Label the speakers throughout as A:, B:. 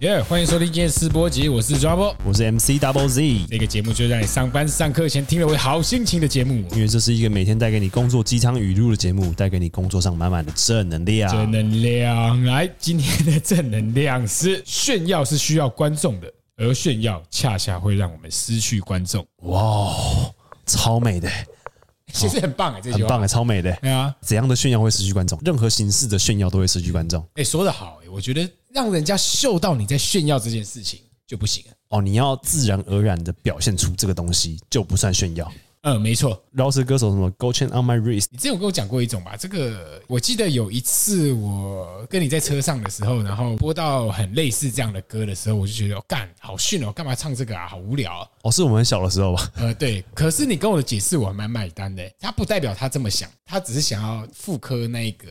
A: 耶欢迎收听今天试播集，我是抓波。
B: 我是 MC Double Z，
A: 这个节目就让你上班上课前听了会好心情的节目，
B: 因为这是一个每天带给你工作鸡汤语录的节目，带给你工作上满满的正能量。
A: 正能量。来，今天的正能量是炫耀是需要观众的，而炫耀恰恰会让我们失去观众。
B: 哇哦，超美的，
A: 其实很棒哎，这句
B: 很
A: 话
B: 棒的，超美的。
A: 对啊，
B: 怎样的炫耀会失去观众？任何形式的炫耀都会失去观众。
A: 哎，说的好哎，我觉得让人家嗅到你在炫耀这件事情就不行了。啊
B: 哦，你要自然而然的表现出这个东西，就不算炫耀。
A: 嗯，没错，
B: 饶舌歌手什么 “Go chain on my wrist”，
A: 你之前有跟我讲过一种吧？这个我记得有一次我跟你在车上的时候，然后播到很类似这样的歌的时候，我就觉得哦干、好逊哦，干嘛唱这个啊？好无聊、啊。
B: 哦，是我们很小的时候吧？
A: 呃，对。可是你跟我的解释我还蛮买单的、他不代表他这么想，他只是想要复刻那个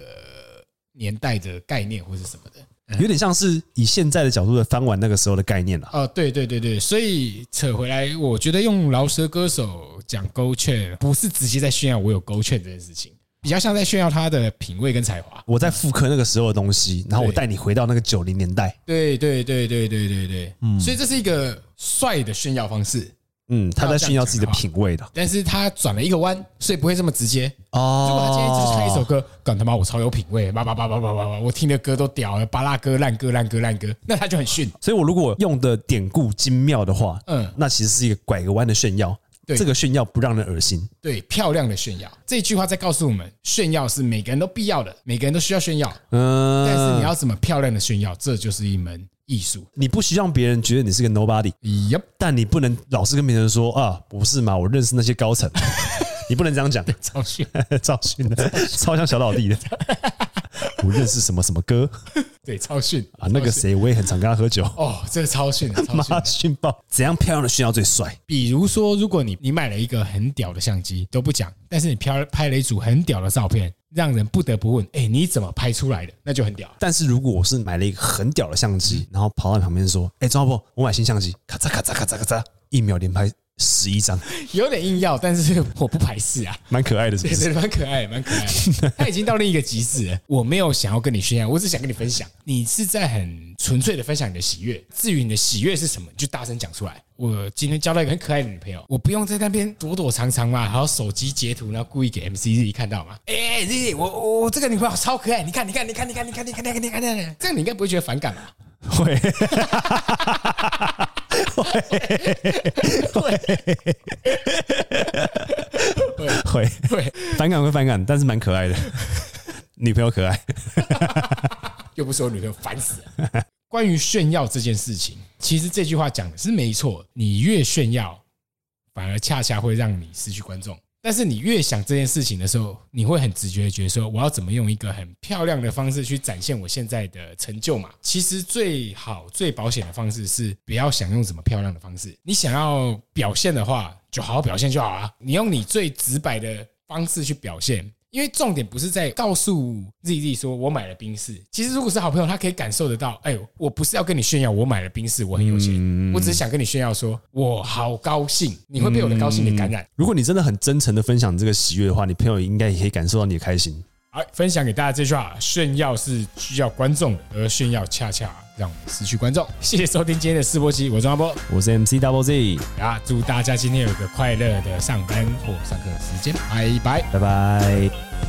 A: 年代的概念或是什么的。
B: 有点像是以现在的角度的翻完那个时候的概念啊啦。
A: 哦，对对对对，所以扯回来，我觉得用饶舌歌手讲勾券，不是直接在炫耀我有勾券这件事情，比较像在炫耀他的品味跟才华。
B: 我在复刻那个时候的东西，然后我
A: 对
B: 带你回到那个九零年代。
A: 对对对对对对对，嗯，所以这是一个帅的炫耀方式，
B: 嗯，他在炫耀自己的
A: 他要这
B: 品味的。
A: 但是他转了一个弯，所以不会这么直接。
B: 哦，
A: 如果他今天只唱一首歌，干他妈我超有品味，叭叭叭叭叭叭叭，我听的歌都屌了，巴拉歌烂歌烂歌烂歌，那他就很逊。
B: 所以我如果用的典故精妙的话，
A: 嗯
B: 嗯，那其实是一个拐个弯的炫耀。
A: 对
B: 这个炫耀不让人恶心。
A: 对，漂亮的炫耀这句话在告诉我们，炫耀是每个人都必要的，每个人都需要炫耀，
B: 嗯，
A: 但是你要怎么漂亮的炫耀，这就是一门艺术。
B: 你不希望别人觉得你是个 nobody，
A: y
B: 但你不能老是跟别人说啊，不是嘛，我认识那些 高层，你不能这样讲，
A: 超逊。
B: 赵勋的超像小老弟的。我认识什么什么哥
A: 对，超逊
B: 啊，那个
A: 超逊
B: 谁我也很常跟他喝酒，
A: 哦，这个超逊的，超逊
B: 妈
A: 的。
B: 训爆，怎样漂亮的炫耀最帅？
A: 比如说，如果你你买了一个很屌的相机都不讲，但是你拍拍了一组很屌的照片，让人不得不问：哎、你怎么拍出来的？那就很屌。
B: 但是如果我是买了一个很屌的相机，然后跑到你旁边说：“哎、张浩波，我买新相机，咔嚓咔嚓咔嚓咔嚓，一秒连拍十一张，
A: 有点硬要，但是我不排斥啊，
B: 蛮可爱的，是不
A: 对
B: 是
A: 对，蛮可爱，蛮可爱的。他已经到另一个极致了。我没有想要跟你炫耀，我只想跟你分享。你是在很纯粹的分享你的喜悦，至于你的喜悦是什么，你就大声讲出来。我今天交到一个很可爱的女朋友，我不用在那边躲躲藏藏嘛，然后手机截图，然后故意给 MC Z 看到嘛。哎、欸、，Z，我我我这个女朋友超可爱，你看，你看，你看，你看，你看，你看，你看，你看，你看，这样你应该不会觉得反感吧？
B: 会，会
A: 对，
B: 反感会反感，但是蛮可爱的，女朋友可爱。
A: 又不是我女朋友，烦死了。关于炫耀这件事情，其实这句话讲的是没错，你越炫耀，反而恰恰会让你失去观众。但是你越想这件事情的时候，你会很直觉地觉得说，我要怎么用一个很漂亮的方式去展现我现在的成就嘛？其实最好、最保险的方式是不要想用怎么漂亮的方式。你想要表现的话，就好好表现就好啊。你用你最直白的方式去表现，因为重点不是在告诉 ZZ 说我买了冰室。其实如果是好朋友，他可以感受得到，哎，我不是要跟你炫耀我买了冰室，我很有钱，我只是想跟你炫耀说我好高兴，你会被我的高兴给感染。
B: 如果你真的很真诚的分享这个喜悦的话，你朋友应该也可以感受到你的开心。
A: 好，分享给大家这句话：炫耀是需要观众的，而炫耀恰恰让我们失去观众。谢谢收听今天的试播集，我是张波
B: 我是 MC Double Z，
A: 啊！祝大家今天有一个快乐的上班或上课时间，拜拜。
B: 拜拜。